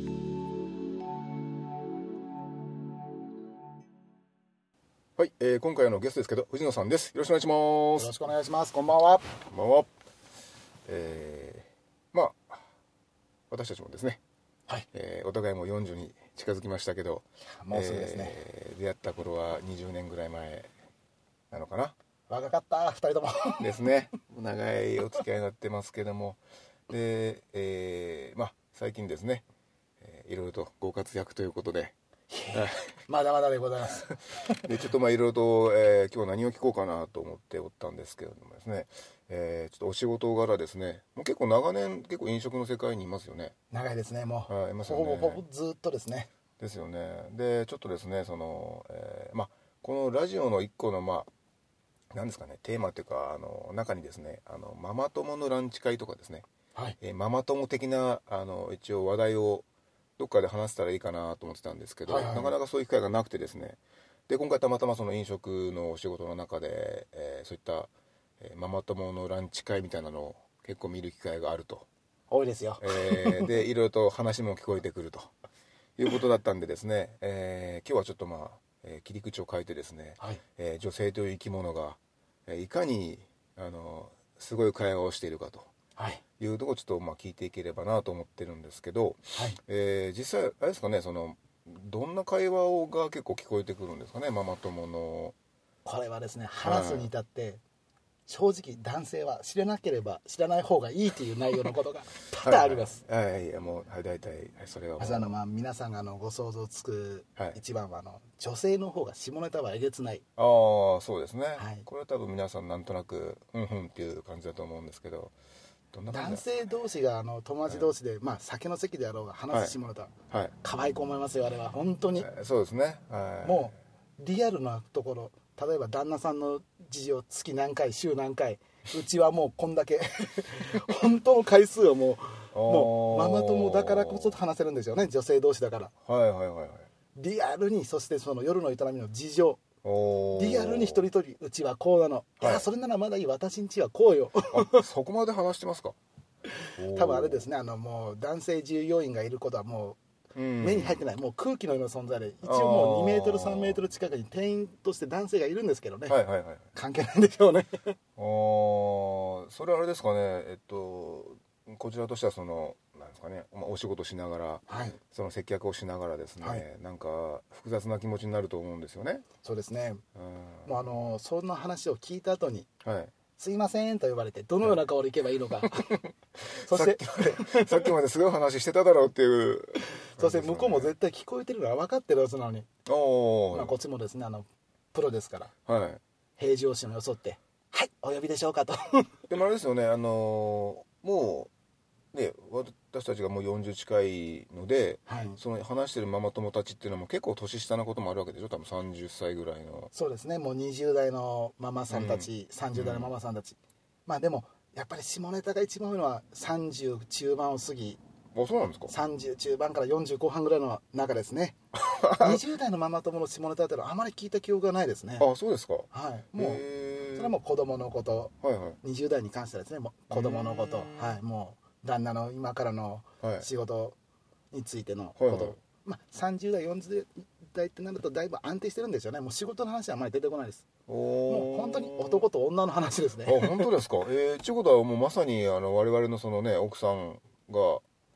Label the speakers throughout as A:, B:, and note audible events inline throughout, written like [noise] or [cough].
A: はい、えー今回のゲストですけど藤野さんですよろしくお願いしま
B: よろ
A: す
B: しくお願いします。こんばんは。
A: こんばんはえーまあ私たちもですね、
B: はい
A: えーお互いも40に近づきましたけど
B: もうすぐですね
A: えー出会った頃は20年ぐらい前なのかな
B: 若かった、二人とも。 [laughs]
A: ですね長いお付き合いになってますけどもで、えーまあ最近ですね、えーいろいろとご活躍ということで
B: まだまだでございます。 [laughs]
A: でちょっとまあいろいろと、えー今日何を聞こうかなと思っておったんですけれどもですね、えーちょっとお仕事柄ですねもう結構長年結構飲食の世界にいますよね
B: 長いですね、もう。
A: はいいますよ
B: ほ
A: ね
B: ぼほぼずっとですね。
A: ですよねでちょっとですねその、えーまあこのラジオの一個のまあなんですかねテーマというかあの中にですねあのママ友のランチ会とかですね、
B: はい。
A: えーママ友的なあの一応話題をどっかで話せたらいいかなと思ってたんですけど、
B: はいはい
A: なかなかそういう機会がなくてですねで今回たまたまその飲食のお仕事の中で、えーそういった、えーママ友のランチ会みたいなのを結構見る機会があると、
B: 多いですよ。
A: えー
B: [laughs]
A: でいろいろと話も聞こえてくるということだったんでですね、えー今日はちょっとまあ、えー切り口を変えてですね、
B: はい。
A: えー女性という生き物が、えーいかにあのすごい会話をしているかと。
B: はい。
A: いうとこちょっとまあ聞いていければなと思ってるんですけど、
B: はい。
A: えー実際あれですかねそのどんな会話をが結構聞こえてくるんですかねママ友の
B: これはですね、話すに至って、正直男性は知らなければ知らない方がいいという内容の
A: [laughs]
B: ことが多々あります。
A: はいはいはいはいもう、はい、大体はいそれはも
B: ま
A: う
B: ずあのまあ皆さんがあのご想像つく
A: はい
B: 一番はあの女性の方が下ネタはえげつない
A: ああそうですね、
B: はい
A: これは多分皆さんなんとなくうんうんっていう感じだと思うんですけどどんな感
B: 男
A: じだ
B: 性同士があの友達同士でまあ酒の席であろうが話す下ネタ
A: はい
B: 可愛く思いますよあれは本当に
A: えーそうですねはい
B: もうリアルなところ例えば旦那さんの事情月何回週何回うちはもうこんだけ [laughs] 本当の回数をもうもう
A: あ
B: マ
A: ー
B: マ友だからこそ話せるんですよね女性同士だから
A: はいはいはいはい
B: リアルにそしてその夜の営みの事情
A: おー
B: リアルに一人一人うちはこうなのい
A: はい
B: やそれならまだいい私んちはこうよ
A: あそこまで話してますか、
B: 多分あれですすねあのもう男性従業員がいることはも
A: う
B: うん目に入ってないもう空気のような存在で一応もう2メートル
A: あ
B: 3
A: ー
B: メートル近くに店員として男性がいるんですけどね、
A: はいはいはいはい
B: 関係ないんでしょうね
A: あーそれはあれですかねえっとこちらとしてはそのなんですかね、まあ、お仕事しながら
B: はい、
A: その接客をしながらですね、
B: はい
A: なんか複雑な気持ちになると思うんですよね
B: そうですね、
A: うん
B: もうあのそんな話を聞いた後に
A: はい [laughs]
B: 「すいません」と呼ばれてどのような顔でいけばいいのか [laughs] そ
A: さ
B: し
A: ってきまでさっきまですごい話してただろうっていう
B: そして向こうも絶対聞こえてるのは分かってるはずなのに、
A: お
B: まあ、こっちもですねあのプロですから
A: はい
B: 平常心を装って「はいお呼びでしょうか」と
A: でもあれですよねあのーもうね私たちがもう40近いので
B: はい
A: その話してるママ友たちっていうのも結構年下なこともあるわけでしょ多分30歳ぐらいの
B: そうですねもう20代のママさんたち、30代のママさんたち、まあでもやっぱり下ネタが一番多いのは30中盤を過ぎ
A: あそうなんですか
B: 30中盤から40後半ぐらいの中で
A: [laughs]
B: すね20代のママ友の下ネタってのはあまり聞いた記憶がないですね
A: あそうですか
B: はいもう
A: へー
B: それはもう子供のこと
A: はいはい
B: 20代に関してはですねもう子供のこと
A: うん
B: はいもう旦那の今からの
A: はい
B: 仕事についてのこと、
A: はいはい
B: まあ、30代40代ってなるとだいぶ安定してるんですよねもう仕事の話はあまり出てこないですも
A: も
B: う本当に男と女の話ですね
A: あ本当ですかえー、ちゅうことはもうまさにあの我々のそのね奥さんが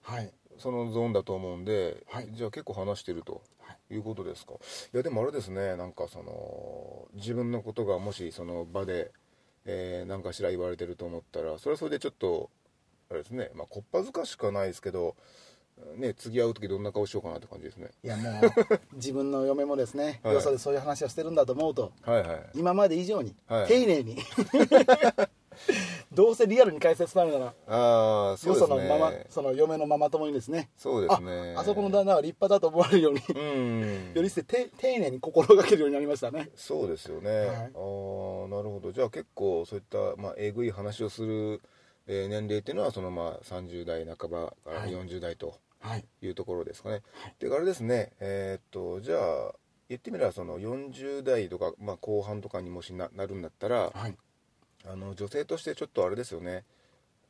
B: はい
A: そのゾーンだと思うんで、
B: はい
A: じゃあ結構話してると
B: はい
A: いうことですか、い、やでもあれですねなんかその自分のことがもしその場で、えー、何かしら言われてると思ったらそれはそれでちょっとあれですねまあこっぱずかしかないですけどね次会う時どんな顔しようかなって感じですね
B: いやもう自分の嫁もですね、
A: [laughs] はい
B: よそでそういう話をしてるんだと思うと
A: はいはい [laughs]
B: 今まで以上に、
A: はい
B: 丁寧に
A: あ
B: どうせリアルに解説するなら
A: ああそう
B: よ
A: で
B: そ
A: す
B: の
A: ね
B: ママその嫁のママ友にですね
A: そうですね
B: ああそこの旦那は立派だと思われるように、
A: うん
B: よりしてて丁寧に心がけるようになりましたね
A: そうですよね、
B: はい
A: ああなるほどじゃあ結構そういった、まあ、えぐい話をする、えー年齢っていうのはそのまあ30代半ばから
B: はい
A: 40代と
B: はい
A: いうところですかね、であれですねえーっとじゃあ言ってみればその40代とか、まあ、後半とかにもしななるんだったら
B: はい
A: あの女性としてちょっとあれですよね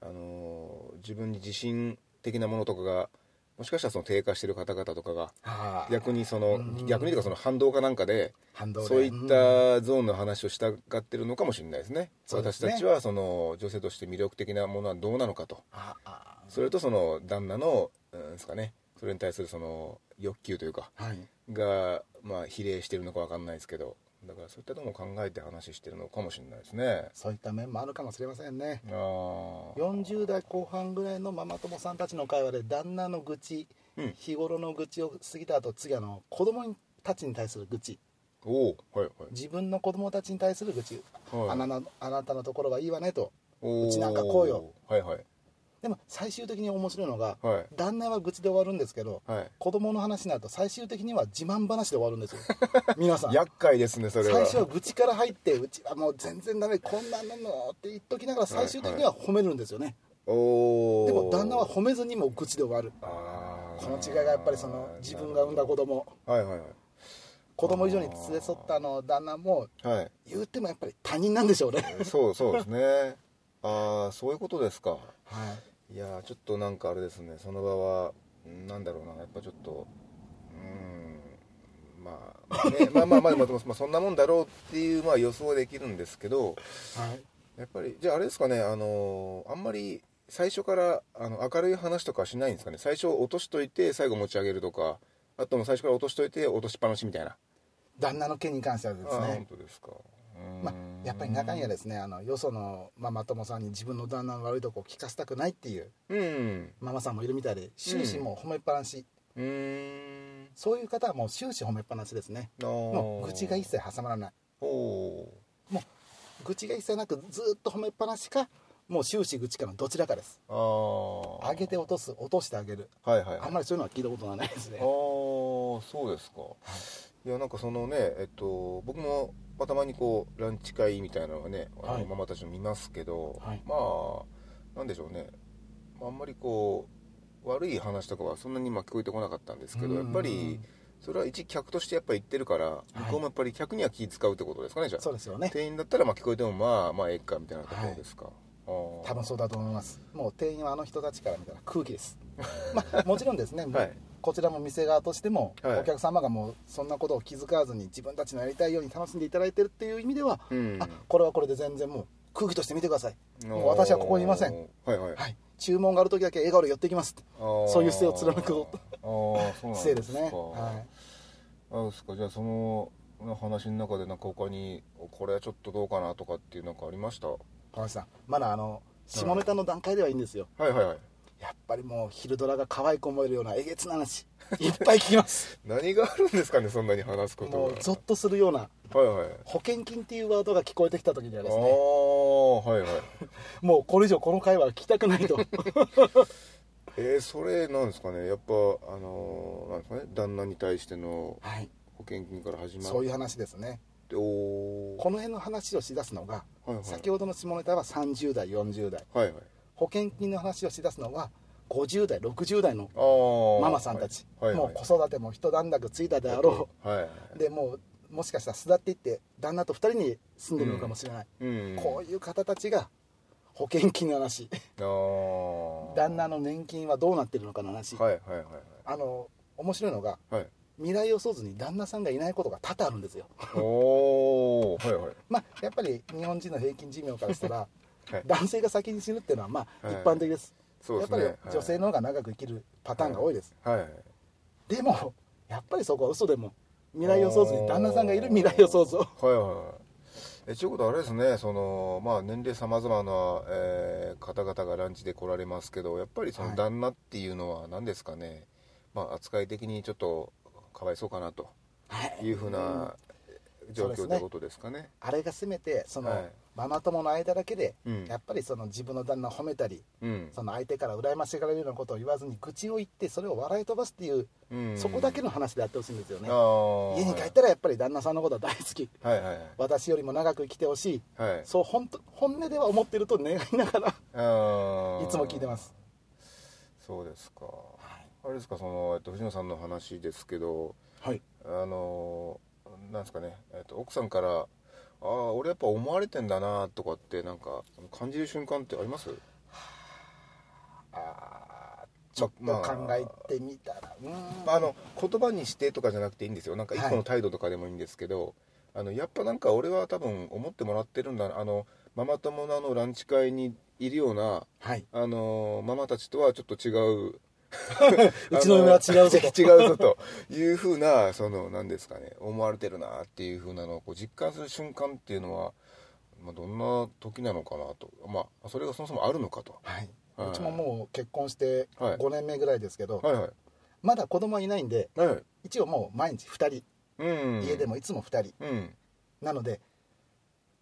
A: あの自分に自信的なものとかがもしかしたらその低下してる方々とかが
B: あー
A: 逆にその
B: うん
A: 逆にというかその反動かなんかで
B: 反動で
A: そういっ
B: うん
A: たゾーンの話をしたがってるのかもしれないですね
B: そうで
A: 私
B: すね
A: たちはその女性として魅力的なものはどうなのかと
B: ああ
A: それとその旦那のうんですかねそれに対するその欲求というか
B: はい
A: がまあ比例してるのかわかんないですけどだからそういったとこも考えて話してるのかもしれないですね
B: そういった面もあるかもしれませんね
A: あー
B: 40代後半ぐらいのママ友さんたちの会話で旦那の愚痴、
A: うん
B: 日頃の愚痴を過ぎた後次あの子供たちに対する愚痴
A: おおはいはい
B: 自分の子供たちに対する愚痴、
A: はい
B: あなたのあなたのところがいいわねと
A: おー
B: うちなんかこうよ
A: はいはい
B: でも最終的に面白いのが、
A: はい
B: 旦那は愚痴で終わるんですけど、
A: はい
B: 子供の話になると最終的には自慢話で終わるんです
A: [laughs]
B: よ皆さん
A: 厄介ですねそれは
B: 最初は愚痴から入ってうちはもう全然ダメこんなんなのって言っときながら最終的には褒めるんですよね、
A: おお
B: でも旦那は褒めずにもう愚痴で終わる
A: あー
B: この違いがやっぱりその自分が産んだ子供
A: はいはいはい
B: 子供以上に連れ添ったあの旦那も
A: はい
B: 言うてもやっぱり他人なんでしょうね
A: そうそうですねああそういうことですか
B: はい
A: いやーちょっとなんかあれですねその場はうんなんだろうなやっぱちょっとうーんまあ、ね、まあまあまあでもでもまあそんなもんだろうっていうまあ予想はできるんですけど
B: はい
A: やっぱりじゃああれですかねあのーあんまり最初からあの明るい話とかしないんですかね最初落としといて最後持ち上げるとかあともう最初から落としといて落としっぱなしみたいな
B: 旦那の件に関してはです
A: あー
B: ね
A: 本当ですか
B: まあ、やっぱり中には
A: で
B: ですねあのよそのママ友さんに自分の旦那の悪いとこを聞かせたくないっていう
A: うん
B: ママさんもいるみたいで終始もう褒めっぱなし、
A: うーん
B: そういう方はもう終始褒めっぱなしですねも
A: も
B: う愚痴が一切挟まらない
A: おお
B: 愚痴が一切なくずっと褒めっぱなしかもう終始愚痴かのどちらかです
A: ーああ
B: 上げて落とす落としてあげる
A: はいはい
B: あん
A: あ
B: まりそういうのは聞いたことがないですね
A: あーそうですかいやなんかそのねえっと僕もまあたまにこうランチ会みたいなのがねあの、
B: はい
A: ママたちの見ますけど、
B: はい
A: まあなんでしょうねまああんまりこう悪い話とかはそんなにまあ聞こえてこなかったんですけど
B: うん
A: やっぱりそれは一客としてやっぱり言ってるから
B: い
A: 向こうもやっぱり客には気使うってことですかねじゃ
B: そ
A: あ
B: うですよね
A: 店員だったらまあ聞こえてもまあまあええかみたいなところですか、あー
B: 多分そうだと思いますもう店員はあの人たちからみたいな空気です、まあ、もちろんですね、 [laughs]
A: はい
B: こちらも店側としても、
A: はい
B: お客様がもうそんなことを気づかずに自分たちのやりたいように楽しんでいただいてるっていう意味では、
A: うん
B: あこれはこれで全然もう空気として見てくださいもう
A: おー
B: 私はここにいません、
A: はいはい、
B: はい、注文がある時だけ笑顔で寄ってきますって
A: そ
B: そういう姿勢を貫く
A: 姿
B: 姿勢ですね、は、
A: そうですかじゃあその話の中でなんか他にこれはちょっとどうかなとかっていうなんかありましたはい
B: 川内さんまだあの下ネタの段階ではいいんですよ、
A: いはいはい
B: やっぱりもう昼ドラが可愛く思えるようなえげつな
A: [laughs]
B: 話いっぱい聞きます
A: 何があるんですかねそんなに話すこと
B: も
A: は
B: うゾッとするような
A: はいはい
B: 保険金っていうワードが聞こえてきた時には
A: あ
B: ですね
A: あはいはい
B: もうこれ以上この会話は聞きた
A: [laughs]
B: くないと
A: えー、それなんですかねやっぱあのーなんですかね旦那に対しての
B: はい
A: 保険金から始まって
B: そういう話ですね
A: おー
B: この辺の話をしだすのが、
A: はいはい
B: 先ほどの下ネタは30代40代
A: はいはい
B: 保険金の話をしだすのは50代60代の
A: あー
B: ママさんたち、
A: はいはいはい
B: もう子育ても一段落ついたであろ
A: はいはいう
B: でもうもしかしたら巣立っていって旦那と2人に住んでるのかもしれない、
A: うん
B: こういう方たちが保険金の話
A: ああ
B: 旦那の年金はどうなってるのかの話、
A: はいはいはい
B: あの面白いのが
A: はいはい
B: 未来予想図に旦那さんがいないことが多々あるんですよ
A: おおはいはい
B: まあやっぱり日本人の平均寿命からしたら
A: はい
B: 男性が先に死ぬっていうのはまあ
A: は
B: 一
A: い
B: 般的です,、
A: そうですね
B: やっぱり女性の方が長く生きるパターンが多いです、
A: はいはい
B: でもやっぱりそこは嘘でも未来予想図に旦那さんがいる未来予想図を
A: はいはいはいえちゅうことはあれですねそのまあ年齢さまざまな、えー方々がランチで来られますけどやっぱりそ
B: は
A: の
B: い
A: 旦那っていうのは何ですかね、まあ扱い的にちょっとかわいそうかなと
B: はい
A: いうふうな状
B: そうです
A: 況
B: ね
A: ということですかね
B: あれがせめてその、
A: はい
B: ママ友の間だけで、
A: うん
B: やっぱりその自分の旦那を褒めたり
A: うん
B: その相手から羨ましがられるようなことを言わずに愚痴を言ってそれを笑い飛ばすっていう、
A: うん
B: そこだけの話でやってほしいんですよね
A: ああ
B: 家に帰ったらやっぱり旦那さんのことは大好き
A: はいはい
B: 私よりも長く生きてほしい
A: はいはい
B: そう本当本音では思ってると願いながら
A: あー
B: いつも聞いてます
A: そうですかあれですかその、えっと、藤野さんの話ですけど
B: はい
A: あのなんですかね、えっと、奥さんから「ああ俺やっぱ思われてんだな」とかってなんか感じる瞬間ってあります
B: あーちょっと
A: ま
B: 考えてみたら、うーん
A: あの言葉にしてとかじゃなくていいんですよなんか一
B: はい
A: 個の態度とかでもいいんですけど、あのやっぱなんか俺は多分思ってもらってるんだなあのママ友のあのランチ会にいるような
B: はい
A: あのママたちとはちょっと違う
B: [laughs] うちの嫁は違うぞと
A: あの [laughs] 違うぞというふうなその何ですかね思われてるなっていうふうなのをこう実感する瞬間っていうのは、まあ、どんな時なのかなとまあそれがそもそもあるのかと
B: はい
A: はいう
B: ちももう結婚して
A: はい
B: 5年目ぐらいですけど、
A: はいはい
B: まだ子供はいないんで
A: はいはい
B: 一応もう毎日2人、
A: うん
B: 家でもいつも2人
A: うん
B: なので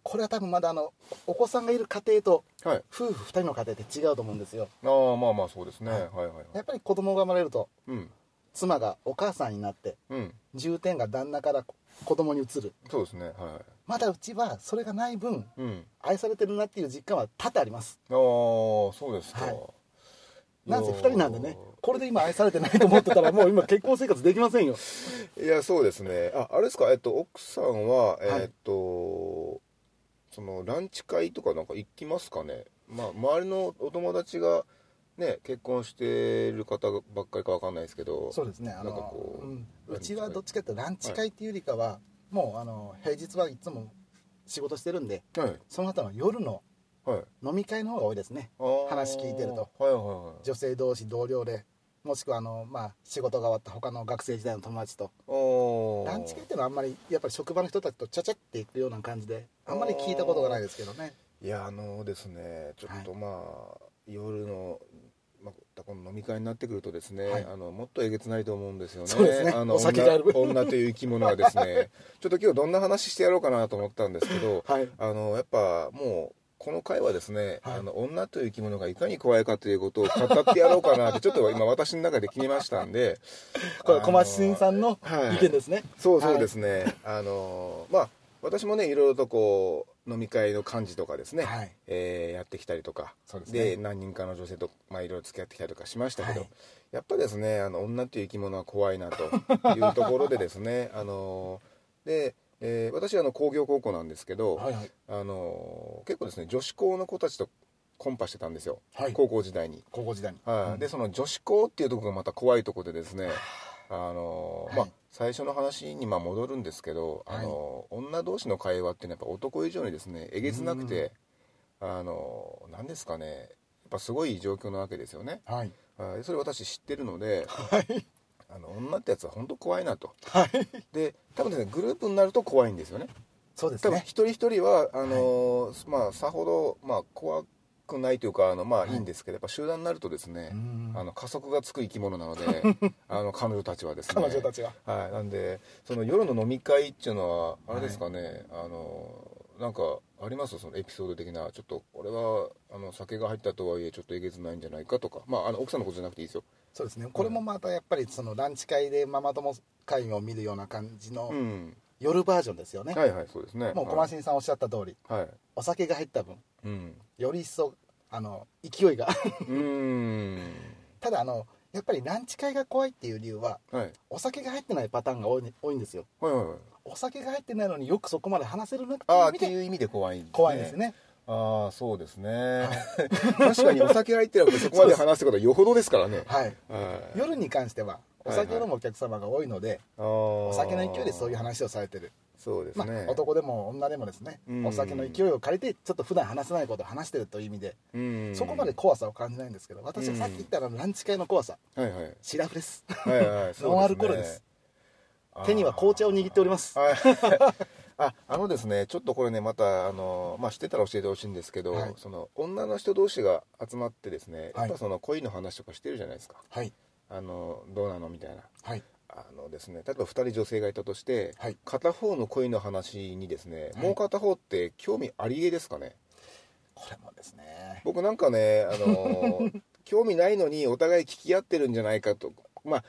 B: これは多分まだあのおお子さんがいる家庭と
A: はい
B: 夫婦2人の家庭って違うと思うんですよ
A: ああまあまあそうですね、はい、はいはい
B: やっぱり子供が生まれると
A: うん
B: 妻がお母さんになって
A: うん
B: 重点が旦那から子供に移る
A: そうですねは
B: まだうちはそれがない分
A: いうん
B: 愛されてるなっていう実感は多々あります
A: ああそうですか、
B: はい
A: いや
B: な
A: ー
B: んせ2人なんでねこれで今愛されてないと思ってたらもう今結婚生活できませんよ
A: いやそうですねああれですかえっと奥さんはえ
B: はい
A: っと、そのランチ会とかなんか行きますかねまあ周りのお友達がね結婚してる方ばっかりかわかんないですけど
B: そうですねあ
A: なんか
B: の
A: こ
B: う
A: う、
B: んうちはどっちかっていうとランチ会っていうよりかはもうあの平日はいつも仕事してるんで
A: はい
B: その後の夜の
A: はい
B: 飲み会の方が多いですね
A: あー
B: 話聞いてると
A: はいはいはい
B: 女性同士同僚でもしくはあの、まあ、仕事が終わった他の学生時代の友達と
A: お
B: ランチ会っていうのはあんまりやっぱり職場の人たちとちゃちゃっていくような感じであんまり聞いたことがないですけどね
A: いやあのですねちょっとまあ、夜の、まあ、この飲み会になってくるとですね、
B: はい
A: あのもっとえげつないと思うんですよね
B: そうですね
A: あの
B: お酒がある
A: 女女という生き物はです
B: [laughs]
A: ねちょっと今日どんな話してやろうかなと思ったんですけど
B: はい
A: あのやっぱもうこの回はですね、
B: はい
A: あの女という生き物がいかに怖いかということを語ってやろうかなってちょっと今私の中で決めましたんで
B: [laughs] これは小松新さ
A: ん
B: んの
A: はい
B: 意見ですね、
A: そうそうですね、あのまあ私もねいろいろとこう飲み会の幹事とかですね、
B: はい
A: えーやってきたりとか
B: そうですね
A: で何人かの女性と、まあ、いろいろ付き合ってきたりとかしましたけど、
B: はい
A: やっぱですねあの女という生き物は怖いな
B: [laughs]
A: というところでですねあので、えー私はあの工業高校なんですけど、
B: はいはい
A: あの結構ですね女子校の子たちとコンパしてたんですよ、
B: はい
A: 高校時代に。
B: 高校時代に、
A: はい
B: うん
A: でその女子校っていうところがまた怖いところでですねあの、まあ
B: はい
A: 最初の話にまあ戻るんですけど、あの女同士の会話っていうのはやっぱ男以上にですねえげつなくて、あのなんですかねやっぱすごい状況なわけですよね
B: はい
A: はいそれ私知ってるので、あの女ってやつは本当怖いなと
B: はい
A: で多分ですねグループになると怖いんですよね
B: そうです
A: 多分
B: ね
A: 一人一人はあの、まあさほど、まあ、怖くないというかあのまあ
B: い
A: いいんですけど、やっぱ集団になるとですね、
B: うん
A: あの加速がつく生き物なの
B: [laughs]
A: であの彼女たちはですね
B: 彼女たちは
A: はい、なんでその夜の飲み会っていうのはあれですかね、あのなんかありますそのエピソード的なちょっと俺はあの酒が入ったとはいえちょっとえげつないんじゃないかとかまああの奥さんのことじゃなくていいですよ
B: そうですねこれもまたやっぱりそのランチ会でママ友会を見るような感じの
A: うん
B: 夜バージョンですよね、
A: はいはいそうですね
B: もう小
A: はい
B: 松さんおっしゃった通り
A: はい
B: お酒が入った分
A: うん
B: より一層あの勢いが [laughs]
A: うーん
B: ただあのやっぱりランチ会が怖いっていう理由は
A: はい
B: お酒が入ってないパターンが多い多いんですよ
A: はいはいはい
B: お酒が入ってないのによくそこまで話せるなって
A: ああっ
B: 見
A: て
B: て
A: いう意味で怖い、
B: 怖いですね
A: ああそうですね確かにお酒入ってなくてそこまで話すことはよほどですからね
B: はい
A: はい
B: 夜に関してはお酒を飲むお客様が多いので、
A: お
B: お酒の勢いでそういう話をされてる、
A: そうです
B: まあ
A: ね、
B: 男でも女でもですね、
A: うん
B: お酒の勢いを借りてちょっと普段話せないことを話してるという意味で、
A: うん
B: そこまで怖さを感じないんですけど私はさっき言ったあのランチ会の怖さ
A: はいはい
B: シラフです
A: はいはい、そうで
B: [laughs]
A: すね
B: ノンアルコールです手には紅茶を握っております
A: あー [laughs] ああのですねちょっとこれねまたあの、まあ、してたら教えてほしいんですけど、
B: はい
A: その女の人同士が集まってですねや
B: は
A: っ
B: い
A: ぱその恋の話とかしてるじゃないですか、
B: はい
A: あのどうなのみたいな
B: はい
A: あのですね、例えば2人女性がいたとして、
B: はい
A: 片方の恋の話にですね、
B: はい
A: もう片方って興味ありげですかね
B: これもですね
A: 僕なんかね、あの
B: [laughs]
A: ー興味ないのにお互い聞き合ってるんじゃないかとまあ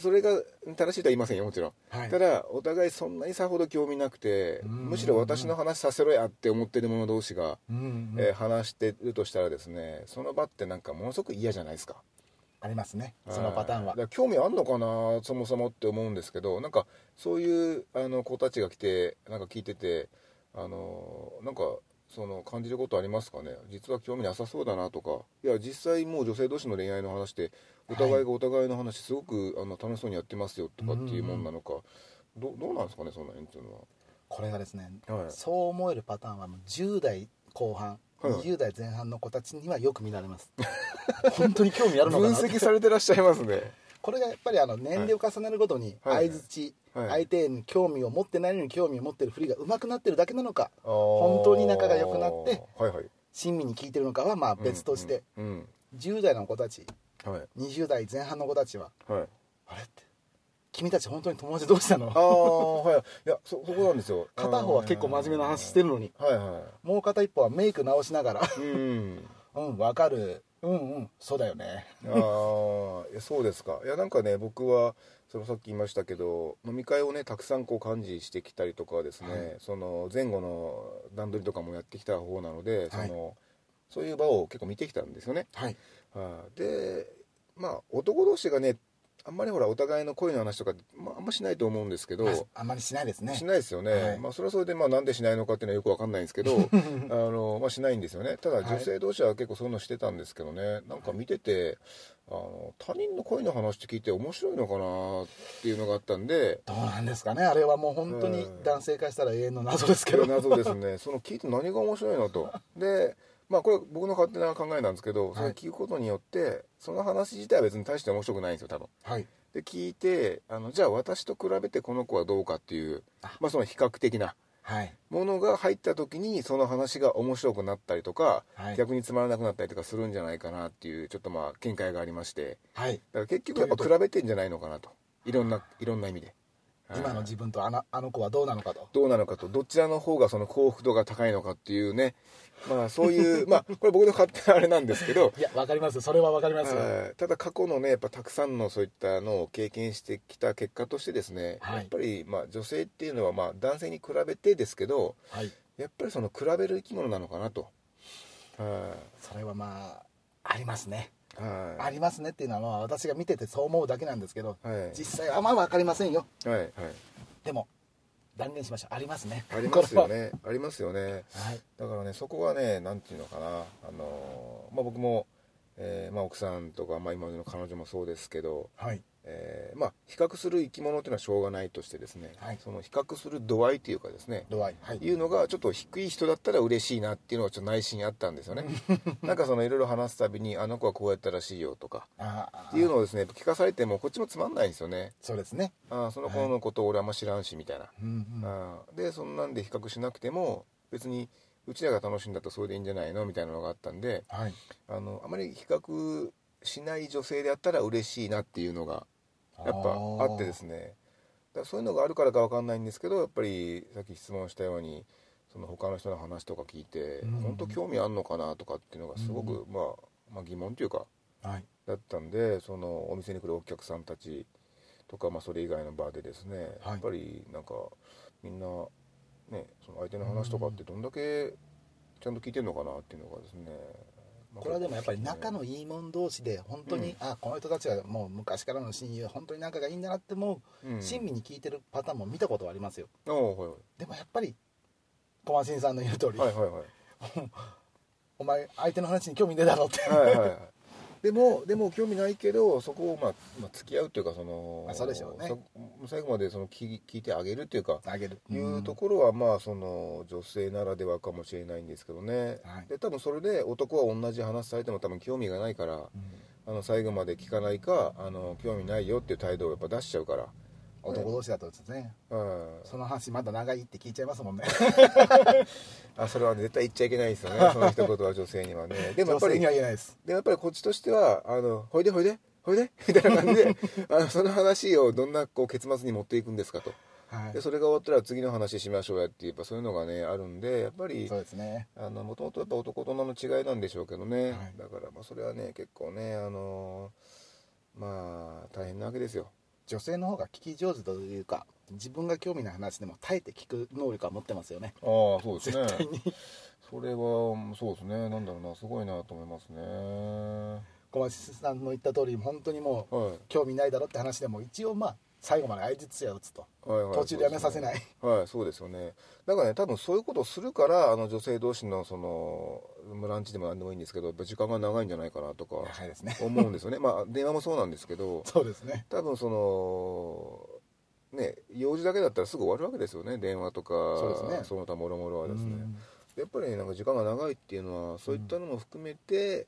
A: それが正しいとは言いませんよもちろん、
B: はい
A: ただお互いそんなにさほど興味なくて
B: うん
A: むしろ私の話させろやって思ってる者同士が、
B: うんうん
A: えー話してるとしたらですねその場ってなんかものすごく嫌じゃないですか
B: ありますねそのパターン
A: だ
B: は
A: から興味あんのかなそもそもって思うんですけどなんかそういうあの子たちが来てなんか聞いててあのなんかその感じることありますかね実は興味なさそうだなとかいや実際もう女性同士の恋愛の話でお互いがお互いの話すごく、あの楽しそうにやってますよとかっていうもんなのか、どどうなんですかねその辺っていうの
B: これがですね
A: は、はい、
B: そう思えるパターンはもう10代後半
A: はい
B: 20代前半の子たちにはよく見られます
A: [laughs]
B: 本当に興味あるのか
A: 分
B: な
A: 析されてらっしゃいますね
B: これがやっぱりあの年齢を重ねるごとに
A: はい
B: 相づち
A: はい
B: 相手に興味を持ってないのに興味を持ってるふりが上手くなってるだけなのか [laughs] 本当に仲が良くなって
A: あーはいはい
B: 親身に聞いてるのかはまあ別として、
A: うん
B: 10代の子たち
A: うんはい
B: 20代前半の子たちは
A: はい
B: あれって君たち本当に友達どうしたの
A: ああはいいやそそこなんですよ
B: 片方は結構真面目な話してるのに
A: はいは
B: もう片一方はメイク直しながら [laughs]
A: いうん
B: うんわかるうんうんそうだよね
A: ああいやそうですかいやなんかね僕はそのさっき言いましたけど飲み会をねたくさんこう幹事してきたりとかはですね、
B: はい
A: その前後の段取りとかもやってきた方なので、
B: はい
A: そのそういう場を結構見てきたんですよね
B: はい
A: はいでまあ男同士がねあんまりほらお互いの恋の話とか、まあ、あんましないと思うんですけど、
B: まああんまりしないですね
A: しないですよね、
B: はい
A: まあ、それはそれで、まあ、なんでしないのかっていうのはよくわかんないんですけどあ
B: [laughs]
A: の、まあ、しないんですよねただ
B: い
A: 女性同士は結構そういうのしてたんですけどねなんか見ててあの他人の恋の話って聞いて面白いのかなっていうのがあったんで
B: どうなんですかねあれはもう本当に
A: うん
B: 男性化したら永遠の謎ですけ
A: こ
B: ど
A: れ謎ですねその聞いて何が面白いのとでまあこれ僕の勝手な考えなんですけど、それ聞くことによってその話自体は別に大して面白くないんですよ多分
B: はい
A: で聞いてあのじゃあ私と比べてこの子はどうかっていう
B: あ
A: まあその比較的な
B: はい
A: ものが入った時にその話が面白くなったりとか、
B: はい
A: 逆につまらなくなったりとかするんじゃないかなっていうちょっとまあ見解がありまして
B: はい
A: だから結局やっぱ比べてんじゃないのかなといろんないろんな意味で
B: 今の自分とあのあの子はどうなのかと
A: どうなのかとどちらの方がその幸福度が高いのかっていう
B: [laughs]
A: ねまあそういうまあこれ僕の勝手なあれなんですけど
B: いやわかりますそれはわかりますよ
A: はいただ過去のねやっぱたくさんのそういったのを経験してきた結果としてですね、
B: はい
A: やっぱりまあ女性っていうのはまあ男性に比べてですけど
B: はい
A: やっぱりその比べる生き物なのかなと。は
B: それはまあありますね
A: い。はい。
B: ありますねっていうのはまあ私が見ててそう思うだけなんですけど
A: はい。
B: 実際はまあわかりませんよ
A: はい。はい。
B: でも断言しましょうありますね
A: ありますよ
B: これ
A: ね。ありますよね。
B: ははい
A: だからね、そこはね、なんていうのかな。あのー、まあ、僕も。えーまあ、奥さんとか、まあ、今の彼女もそうですけど、
B: はい
A: えーまあ、比較する生き物っていうのはしょうがないとしてですね、
B: はい
A: その比較する度合いというかですね、
B: 度合いはい
A: いうのがちょっと低い人だったら嬉しいなっていうのはちょっと内心あったんですよね
B: [laughs]
A: なんかそのいろいろ話すたびにあの子はこうやったらしいよとか
B: ああ
A: っていうのをですね聞かされてもこっちもつまんないんですよね
B: そうですね
A: あーその子のこと俺あんま知らんしみたいな、
B: うんうん
A: あーでそんなんで比較しなくても別にうちらが楽しいんだったらそれでいいんじゃないのみたいなのがあったんで
B: はい
A: あのあまり比較しない女性であったら嬉しいなっていうのがやっぱあってですねだからそういうのがあるからかわかんないんですけどやっぱりさっき質問したようにその他の人の話とか聞いて、
B: うん
A: 本当興味あんのかなとかっていうのがすごく、まあ、まあ疑問というか
B: はい
A: だったんでそのお店に来るお客さんたちとか、まあ、それ以外の場でですね、
B: はい
A: やっぱりなんかみんな、ね、その相手の話とかってどんだけちゃんと聞いてるのかなっていうのがですね、まあ
B: これはでもやっぱり仲のいい者同士で本当に、
A: うん
B: あこの人たちはもう昔からの親友本当に仲がいいんだなって思
A: うん
B: う親身に聞いてるパターンも見たことはありますよ
A: ああはい
B: でもやっぱり小松新さんの言う通り、
A: はいはいはいはい
B: お前相手の話に興味ねえだろって、
A: はいはいはい [laughs] でもでも興味ないけどそこを、まあ、まあ付き合うっていうかその
B: まあそうでしょうね
A: そ最後までその聞聞いてあげるっていうか
B: あげる
A: いうところはまあその女性ならではかもしれないんですけどね、
B: はい
A: で多分それで男は同じ話されても多分興味がないから
B: うん
A: あの最後まで聞かないかあの興味ないよっていう態度をやっぱ出しちゃうから、
B: 男同士だとですね
A: うん、
B: その話まだ長いって聞いちゃいますもんね
A: あそれは絶対言っちゃいけないですよ
B: [laughs]
A: ねその一言は女性にはねでもやっ
B: [laughs] 女
A: ぱ
B: 性
A: り
B: には言えないです
A: でもやっぱりこっちとしてはあの「ほいでほいでほいで [laughs] みたいな感じ
B: [laughs]
A: であのその話をどんなこう結末に持っていくんですかと
B: はい
A: でそれが終わったら次の話しましょうやってやっぱそういうのがねあるんでやっぱり
B: そうですね
A: あのもともとやっぱ男と女の違いなんでしょうけどね、
B: はい
A: だからまあそれはね結構ねあのーまあ大変なわけですよ
B: 女性の方が聞き上手というか自分が興味の話でも耐えて聞く能力は持ってますよね
A: ああそうです
B: 絶対に
A: それはそうですねなんだろうなすごいなと思いますね
B: 小林さんの言った通り本当にもう
A: はい
B: 興味ないだろって話でも一応まあ最後まで相実や打つと
A: はいはい
B: 途中でやめさせない、
A: はい、そうですよね。なんかね、多分そういうことをするから、あの女性同士のその、まあランチでも何でもいいんですけど、やっぱ時間が長いんじゃないかなとか
B: [laughs] 長いですね
A: 思うんですよ [laughs] ね。まあ、電話もそうなんですけど、
B: そうですね
A: 多分その、ね、用事だけだったらすぐ終わるわけですよね、電話とか、
B: そうですね
A: の他もろもろはですね。
B: うん
A: やっぱり、なんか時間が長いっていうのは、そういったのも含めて、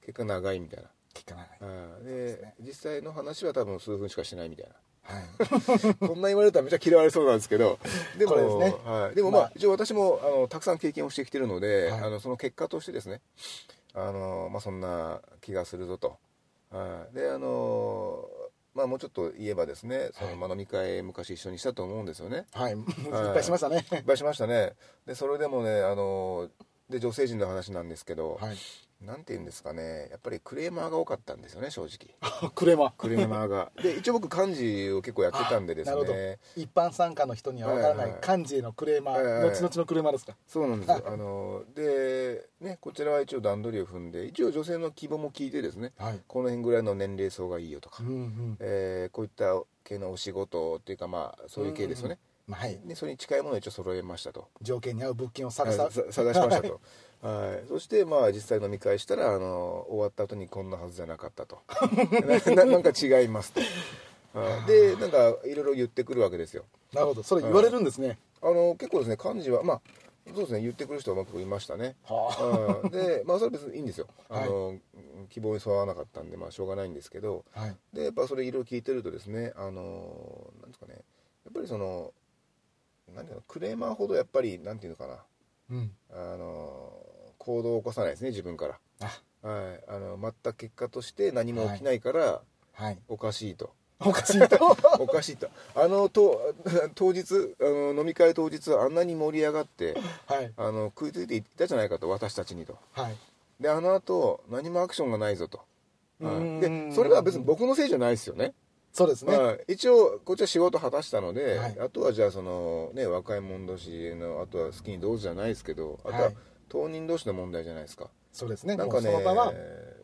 A: 結果長いみたいな。
B: 聞かない
A: あー
B: で
A: です
B: ね
A: 実際の話は多分数分しかしないみたいな。
B: はい
A: こんな言われたらめっちゃ嫌われそうなんですけ [laughs] ど、でも、
B: これですね
A: はい、でもまあ、
B: まあ
A: 一応私もあのたくさん経験をしてきてるので、
B: はい
A: あのその結果としてですね、あのまあそんな気がするぞと、はい、であのまあもうちょっと言えばですね、そのまあ飲み会昔一緒にしたと思うんですよね。
B: はい、いっぱいしましたね。
A: いっぱいしましたね。でそれでもね、あので女性陣の話なんですけど、
B: はい、
A: なんて言うんですかね、やっぱりクレーマーが多かったんですよね、正直。
B: [laughs] クレマ
A: クレーマーが。で一応僕漢字を結構やってたんでです
B: なるほど
A: ね。
B: 一般参加の人にはわから
A: は
B: ないい
A: はい
B: 漢字へのクレーマー、
A: はいはいはい
B: 後々のクレーマーですか
A: そうなんですよ。あので、ね、こちらは一応段取りを踏んで、一応女性の希望も聞いてですね、
B: はい、
A: この辺ぐらいの年齢層がいいよとか、
B: うんうん
A: えーこういった系のお仕事っていうか、まあ、そういう系ですよね。
B: まあはい、
A: でそれに近いものを一応揃えましたと。
B: 条件に合う物件を探さ
A: はいさ探しましたと。はい、そして、まあ、実際飲み会したらあの終わった後にこんなはずじゃなかった
B: [laughs]
A: となななんか違いますとはいでなんかいろいろ言ってくるわけですよ
B: なるほどそれ言われるんですね、
A: あの結構ですね漢字はまあそうですね言ってくる人は結構いましたね
B: は
A: うんでまあそれは別にいいんですよ、
B: はい
A: あのうん希望に沿わなかったんでまあしょうがないんですけど
B: あ、はい、
A: でやっぱそれいろいろ聞いてるとですねあのなんですかねやっぱりそのなんていうのクレーマーほどやっぱりなんていうのかな
B: うん
A: あの行動を起こさないですね自分から
B: あ
A: はいあの待った結果として何も起きないから、
B: はい
A: おかしいと
B: おかしい [laughs] と
A: おかしいとあのと当日あの飲み会当日はあんなに盛り上がって
B: はい
A: あの食いついていったじゃないかと私たちにと
B: はい
A: であの後何もアクションがないぞと、はい
B: うん
A: でそれは別に僕のせいじゃないですよね、
B: そうですね、
A: はい一応こっちは仕事果たしたので、
B: はい
A: あとはじゃあそのね若い者同士のあとは好きにどうじゃないですけどあとは
B: はい
A: 当人同士の問題じゃないですか、
B: そうですね
A: なんかね
B: もうその場は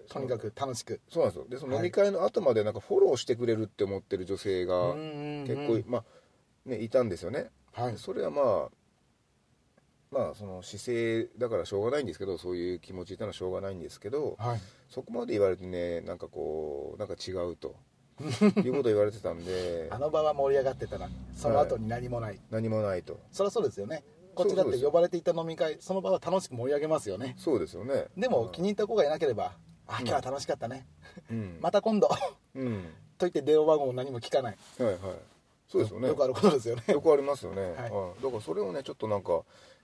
A: そ
B: と
A: の
B: にかく楽しく
A: そうなんですよでその飲
B: は
A: み
B: い
A: 会の後までなんかフォローしてくれるって思ってる女性が
B: 結
A: 結構、まあねいたんですよね
B: はい
A: それはまあまあその姿勢だからしょうがないんですけどそういう気持ちいたのはしょうがないんですけど
B: はい
A: そこまで言われてねなんかこうなんか違うということを言われてたんで
B: [laughs] あの場は盛り上がってたらその後に何もない、
A: 何もないと
B: そりゃそうですよねこっちだって呼ばれていた飲み会その場は楽しく盛り上げますよね
A: そうですよね
B: でも気に入った子がいなければ「あ今日は楽しかったね、
A: うん、
B: また今度」 [laughs]
A: うん
B: と言って電話番号も何も聞かない
A: はいはいそうですよね
B: よくあることですよね
A: よくありますよね、はい
B: い
A: だからそれをねちょっとなんか、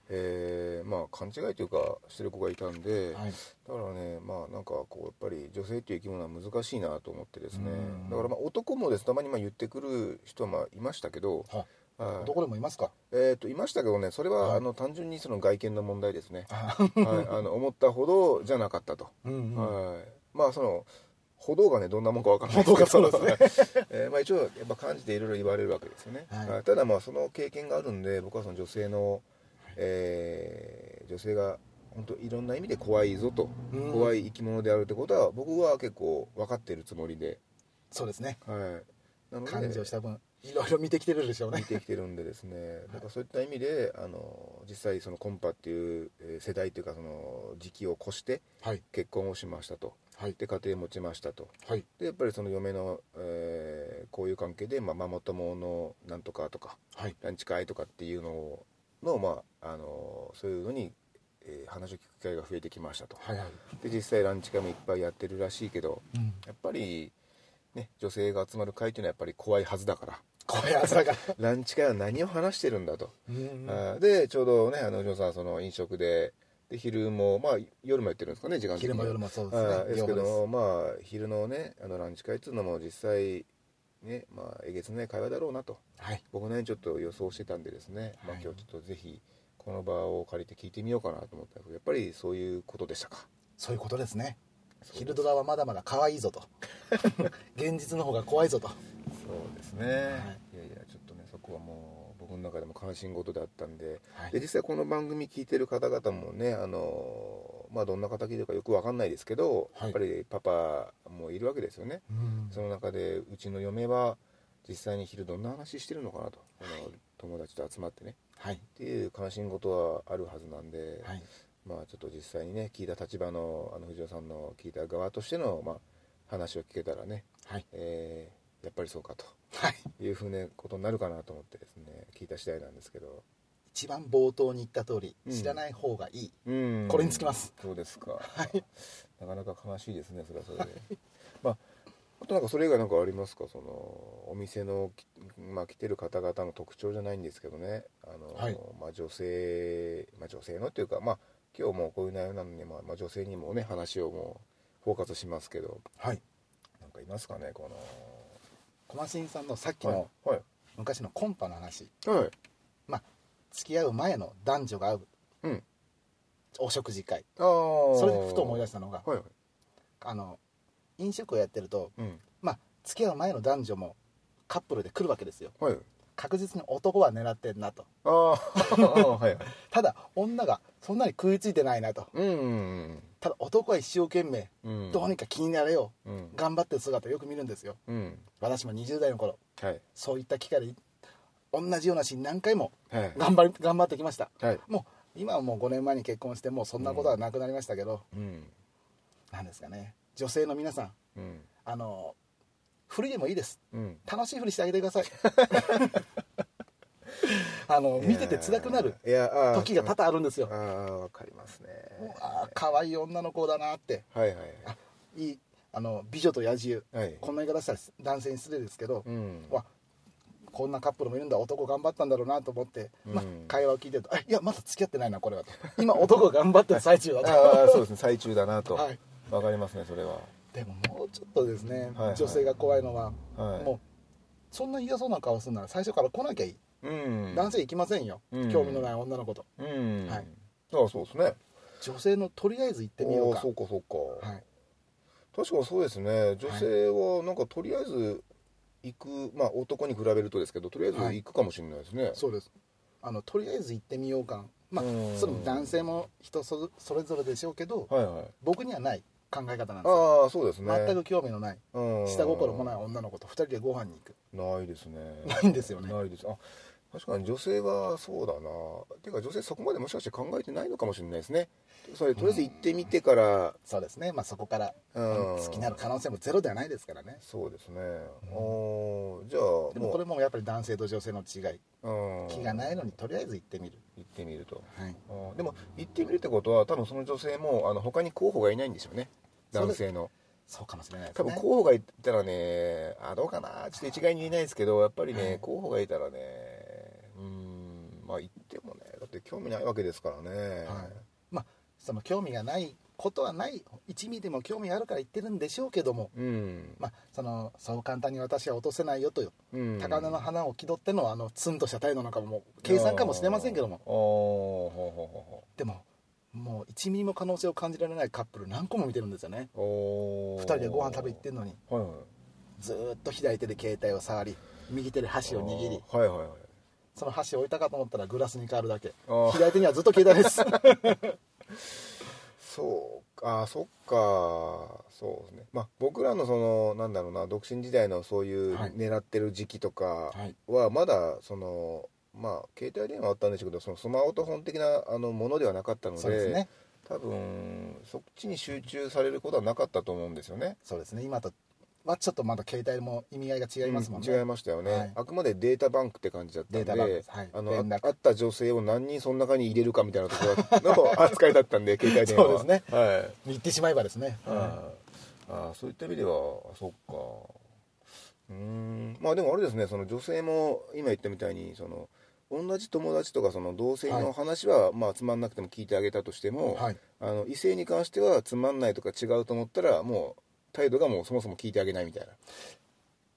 A: えーまあ勘違いというかしてる子がいたんで、
B: はい
A: だからねまあなんかこうやっぱり女性っていう生き物は難しいなと思ってですね
B: うん
A: だからまあ男もですたまにまあ言ってくる人はまあいましたけど、
B: は
A: はい
B: どこでもいますか
A: えー、といましたけどねそれは、
B: はい、
A: あの単純にその外見の問題ですね
B: [laughs] あ
A: はい、あの思ったほどじゃなかったと、
B: うんうん
A: はい、まあその歩道がねどんなもんかわからない
B: 歩道が
A: ですけど [laughs] えーまあ、一応やっぱ感じていろいろ言われるわけですよね、
B: はい
A: はいただまあその経験があるんで僕はその女性の、えー女性が本当いろんな意味で怖いぞと、
B: うん
A: 怖い生き物であるってことは僕は結構分かってるつもりで、
B: そうですね
A: はい、なので
B: 感じ
A: [laughs]
B: をした分いろいろ見てきてるでしょう
A: 見
B: ね
A: てきてるんでですね、なんかそういった意味で、あの実際、そのコンパっていうえー世代というか、その時期を越して
B: はい
A: 結婚をしましたと、
B: はい
A: で家庭持ちましたと、
B: はい
A: でやっぱりその嫁の、えーこういう関係で、まあ、ママ友のなんとかとか、
B: はい
A: ランチ会とかっていうのをの、まあ、あのそういうのに、えー話を聞く機会が増えてきましたと、
B: はいはい
A: で実際、ランチ会もいっぱいやってるらしいけど、
B: うん
A: やっぱり、ね、女性が集まる会というのはやっぱり怖いはずだから。
B: 怖い朝が
A: ランチ会は何を話してるんだと、
B: うん
A: あーでちょうどねあのお嬢さんはその飲食で、で昼もまあ夜もやってるんですかね時間的
B: 昼
A: に
B: も
A: は
B: 夜もそうですね
A: はいです
B: 両
A: け
B: 方です
A: どまあ昼のねあのランチ会っていうのも実際ねまあえげつない会話だろうなと
B: はい
A: 僕ねちょっと予想してたんでですね、まあ
B: はい
A: 今日ちょっとぜひこの場を借りて聞いてみようかなと思ったんですけどやっぱりそういうことでしたか
B: そういうことですね
A: そう
B: ヒルドラはまだまだ可愛い [laughs] ぞと現実の方が怖いぞと
A: そうですね、い、やいやちょっとねそこはもう僕の中でも関心事であったんで,、
B: はい
A: で実際この番組聞いてる方々もねあのまあどんな方聞いてるかよくわかんないですけど、
B: は
A: や
B: い
A: っぱりパパもいるわけですよね
B: うん
A: その中でうちの嫁は実際に昼どんな話してるのかなと、あの友達と集まってね
B: はい
A: っていう関心事はあるはずなんで、
B: はい
A: まあちょっと実際にね聞いた立場のあの藤尾さんの聞いた側としての、まあ、話を聞けたらね、
B: はい
A: えーやっぱりそうかと
B: はい
A: いうふうなことになるかなと思ってですね聞いた次第なんですけど、
B: 一番冒頭に言った通り
A: うん
B: 知らない方がいい、
A: うん
B: これにつきます
A: そうですか、なかなか悲しいですねそれはそれで、まああとなんかそれ以外なんかありますかそのお店のき、まあ、来てる方々の特徴じゃないんですけどねあの、
B: はい
A: まあ、女性、まあ、女性のっていうかまあ今日もこういう内容なのに、まあまあ、女性にもね話をもうフォーカスしますけど
B: はい
A: なんかいますかねこの
B: コマシンさんのさっきの
A: はい
B: 昔のコンパの話
A: はい、はい、
B: 付き合う前の男女が会う
A: うん
B: お食事会
A: ああそ
B: それでふと思い出したのが
A: はいはい
B: あの飲食をやってると
A: うん
B: まあ付き合う前の男女もカップルで来るわけですよ
A: はい
B: 確実に男は狙ってんなと
A: ああはいはい
B: ただ女がそんなに食いついてないなと
A: うんうん
B: ただ男は一生懸命
A: うんうん
B: どうにか気になれよ
A: うん
B: 頑張ってる姿よく見るんですよ
A: うん
B: 私も20代の頃
A: はい
B: そういった機会で同じようなシーン何回も
A: はい
B: 頑張り頑張ってきました
A: はい
B: もう今はもう5年前に結婚してもうそんなことはなくなりましたけど、
A: うん
B: なんですかね女性の皆さん
A: うん
B: あのふりでもいいです
A: うん
B: 楽しいふりしてあげてください [laughs] あの見てて辛くなる
A: いやあー
B: 時が多々あるんですよ
A: あーわかりますね
B: もうああ可愛い女の子だなって
A: はいはい
B: あいいあの美女と野獣
A: はい
B: こんな言い方したら男性に失礼ですけど、
A: うん
B: わこんなカップルもいるんだ男頑張ったんだろうなと思って、まあ
A: うん
B: 会話を聞いてるとあ「いやまだ付き合ってないなこれ
A: [laughs]
B: は」と「今男頑張ってる最中だ
A: あ
B: と」
A: ー [laughs] そうですね最中だなと
B: はい
A: わかりますねそれは
B: でももうちょっとですね、
A: はいはい
B: 女性が怖いのは、
A: はい
B: もうそんな嫌そうな顔するなら最初から来なきゃいい、
A: うん
B: 男性行きませんよ、
A: うん
B: 興味のない女の子と
A: うん
B: は
A: あ
B: い
A: ーそうですね
B: 女性のとりあえず行ってみよ
A: あー
B: うか
A: そうかそうか
B: はい、
A: 確かにそうですね女性はなんかとりあえず行くまあ男に比べるとですけどとりあえず行くかもしれないですね
B: そうですあのとりあえず行ってみようかまあ
A: うん
B: その男性も人それそれぞれでしょうけど、
A: はいはい
B: 僕にはない考え方なんですよ
A: ああそうですね
B: 全く興味のない
A: うん
B: 下心もない女の子と2人でご飯に行く
A: ないですね
B: ないんです [laughs] よね
A: ないですあ確かに女性はそうだなていうか女性そこまでもしかして考えてないのかもしれないですねそれとりあえず行ってみてから
B: そうですねまあそこから
A: うん
B: 好きになる可能性もゼロではないですからね
A: そうですね、おーじゃあも
B: でもこれもやっぱり男性と女性の違い
A: うん
B: 気が
A: 行
B: ないのにとりあえず行ってみる
A: ってみると
B: はい
A: あーでも行ってみるってことは多分その女性もあの他に候補がいないんでしょうね
B: そう
A: 男
B: です
A: 性の
B: そうかもしれないで
A: 多
B: す
A: 分
B: ね
A: 候補がいたらねあどうかなちょっと一概に言えないですけどやっぱりね、
B: はい
A: 候補がいたらねうんまあ行ってもねだって興味ないわけですからね、
B: はいまあその興味がないことはない一味でも興味あるから言ってるんでしょうけども
A: うん
B: まあそのそう簡単に私は落とせないよという
A: うん
B: 高菜の花を気取ってのあのツンとした態度なんかももう計算かもしれませんけども
A: あーほうほうほ
B: でももう1ミリも可能性を感じられないカップル何個も見てるんですよね
A: うほう
B: 2人でご飯食べ行って
A: ん
B: んのに
A: はいはい
B: ずーっと左手で携帯を触り右手で箸を握り
A: あーはいはいはい
B: その箸を置いたかと思ったらグラスに変わるだけ
A: あー
B: 左手にはずっと携帯
A: [laughs]
B: です
A: そうかあーそっかそうですねまあ僕らのそのなんだろうな独身時代のそういう
B: はい
A: 狙ってる時期とか
B: はい
A: はまだそのまあ携帯電話あったんでしょうけどそのスマートフォン的なあのものではなかったので
B: そうですね
A: 多分そっちに集中されることはなかったと思うんですよね
B: そうですね今とはちょっとまだ携帯も意味合いが違いますもんね、
A: うん違いましたよね、
B: はい
A: あくまでデータバンクって感じだったん
B: デ
A: で
B: ータバンクですはい
A: あの
B: 連
A: あ
B: 絡
A: あった女性を何人その中に入れるかみたいなところの [laughs] 扱いだったんで携帯電話は
B: そうです
A: ね、はい
B: 言ってしまえばですね、
A: はいあーそういった意味ではあそっかうーんまあでもあれですねその女性も今言ったみたいにその同じ友達とかその同性の話は、まあつまんなくても聞いてあげたとしても、
B: はい
A: あの異性に関してはつまんないとか違うと思ったらもう態度がもうそもそも聞いてあげないみたいな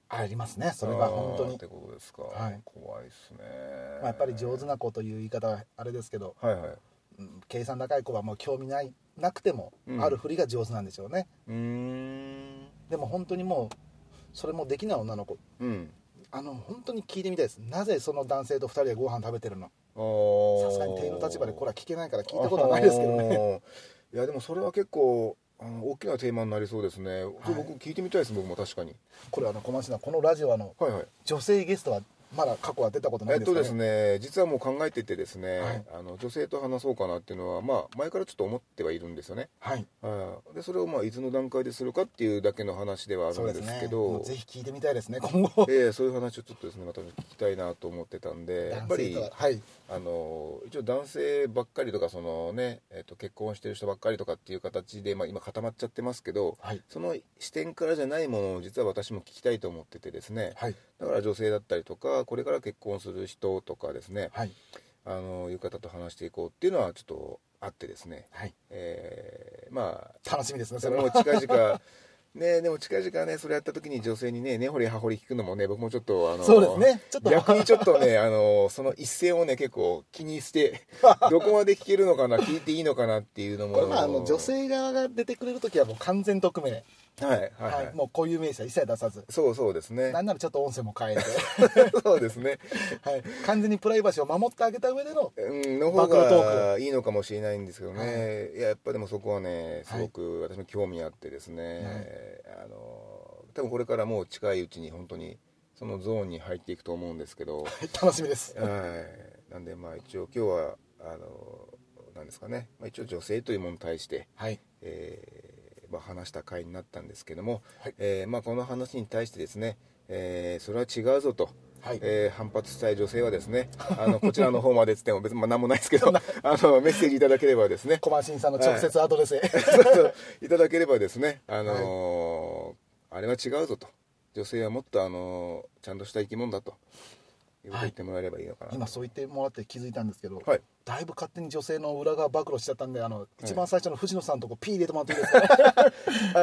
B: ありますねそれは本当
A: あーっ
B: に
A: て、ことですか、
B: はい
A: 怖いですね、
B: まあ、やっぱり上手な子という言い方はあれですけど、
A: はいはい
B: うん計算高い子はもう興味ないなくても、
A: うん
B: あるふりが上手なんでしょうね
A: うーん
B: でも本当にもうそれもできない女の子
A: うん
B: あの本当に聞いてみたいですなぜその男性と2人でご飯食べてるのさ
A: さ
B: すがに店員の立場でこれは聞けないから聞いたことはないですけどね
A: ねいやでもそれは結構あの大きなテーマになりそうですね、
B: い
A: 僕聞いてみたいです僕も確かに
B: これはあの小松菜このラジオはあの
A: はいはい
B: 女性ゲストはまだ過去は出たことな
A: え
B: いん
A: っ
B: です
A: と
B: か、ね
A: ですね実はもう考えててですね、
B: はい
A: あの女性と話そうかなっていうのはまあ前からちょっと思ってはいるんですよね
B: はい
A: ああでそれをまあいつの段階でするかっていうだけの話ではあ
B: そう
A: る
B: で
A: んですす
B: ね
A: け
B: も
A: ど
B: うぜひ聞いてみたいですね今後
A: ええそういう話をちょっとですねまた聞きたいなと思ってたんでやっぱ
B: 男性
A: り
B: とははい
A: あの一応男性ばっかりとかそのね、えっと結婚してる人ばっかりとかっていう形で、まあ、今固まっちゃってますけど
B: はい
A: その視点からじゃないものを実は私も聞きたいと思っててですね
B: はい
A: だから女性だったりとかこれから結婚する人とかですね
B: はい
A: あのいう方と話していこうっていうのはちょっとあってですね、
B: はい
A: えーまあ
B: 楽しみですねそ
A: そ
B: れ
A: れ
B: は
A: も近
B: [laughs]
A: 々ねでも近々ねそれやった時に女性にね根掘り葉掘り聞くのもね僕もちょっとあの
B: そうですねちょっと
A: 逆にちょっとねあのその一線をね結構気にして
B: [laughs]
A: どこまで聞けるのかな聞いていいのかなっていうのも
B: これまああの女性側が出てくれる時はもう完全匿名、
A: はいはい、は
B: はいいもうこういう名詞は一切出さず
A: そうそうですね
B: なんならちょっと音声も変えて、
A: [laughs] そうですね
B: はい、完全にプライバシーを守ってあげた上での
A: うんの方
B: 暴露トー
A: がいいのかもしれないんですけどね、い、ややっぱでもそこはねすごく私も興味あってですね、あの多分これからもう近いうちに本当にそのゾーンに入っていくと思うんですけ [laughs] ど
B: 楽しみです
A: はい、なんでまあ一応今日はあのなんですかね、まあ、一応女性というものに対して、
B: はい
A: えーまあ、話した回になったんですけども、
B: はい
A: えーまあ、この話に対してですね、えーそれは違うぞと。
B: はい
A: えー反発したい女性はですねあのこちらの方までつっても別にまあ何もないですけど [laughs] あのメッセージいただければですね
B: 小林さんの直接アド
A: [laughs]
B: レスへ、
A: そうそう [laughs] いただければですね、あのーあれは違うぞと女性はもっと、あのーちゃんとした生き物だということを言ってもらえればいいのかなと
B: 今そう言ってもらって気づいたんですけど、
A: はい
B: だいぶ勝手に女性の裏側暴露しちゃったんであの一番最初の藤野さんのとこ P 入れてもらっていいです か、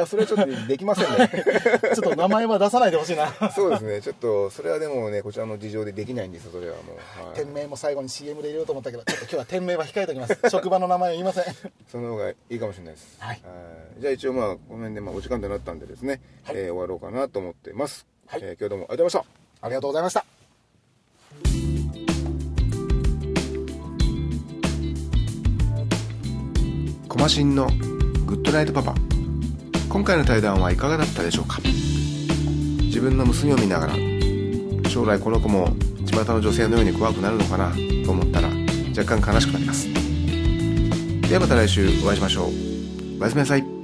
A: [laughs] あそれはちょっとできませんね [laughs]
B: ちょっと名前は出さないでほしいな [laughs]
A: そうですねちょっとそれはでもねこちらの事情でできないんですよそれはもう、
B: [laughs]
A: はい
B: 店名も最後に CM で入れようと思ったけどちょっと今日は店名は控えておきます職場の名前は言いません
A: その方がいいかもしれないです、
B: はい
A: じゃあ一応まあこの辺でまあお時間となったんでですね、
B: はい
A: えー終わろうかなと思ってます、
B: はい
A: えー今日どうもありがとうございました
B: ありがとうございました
A: コマシンのグッドナイトパパ今回の対談はいかがだったでしょうか自分の娘を見ながら将来この子も巷の女性のように怖くなるのかなと思ったら若干悲しくなりますではまた来週お会いしましょうおやすみなさい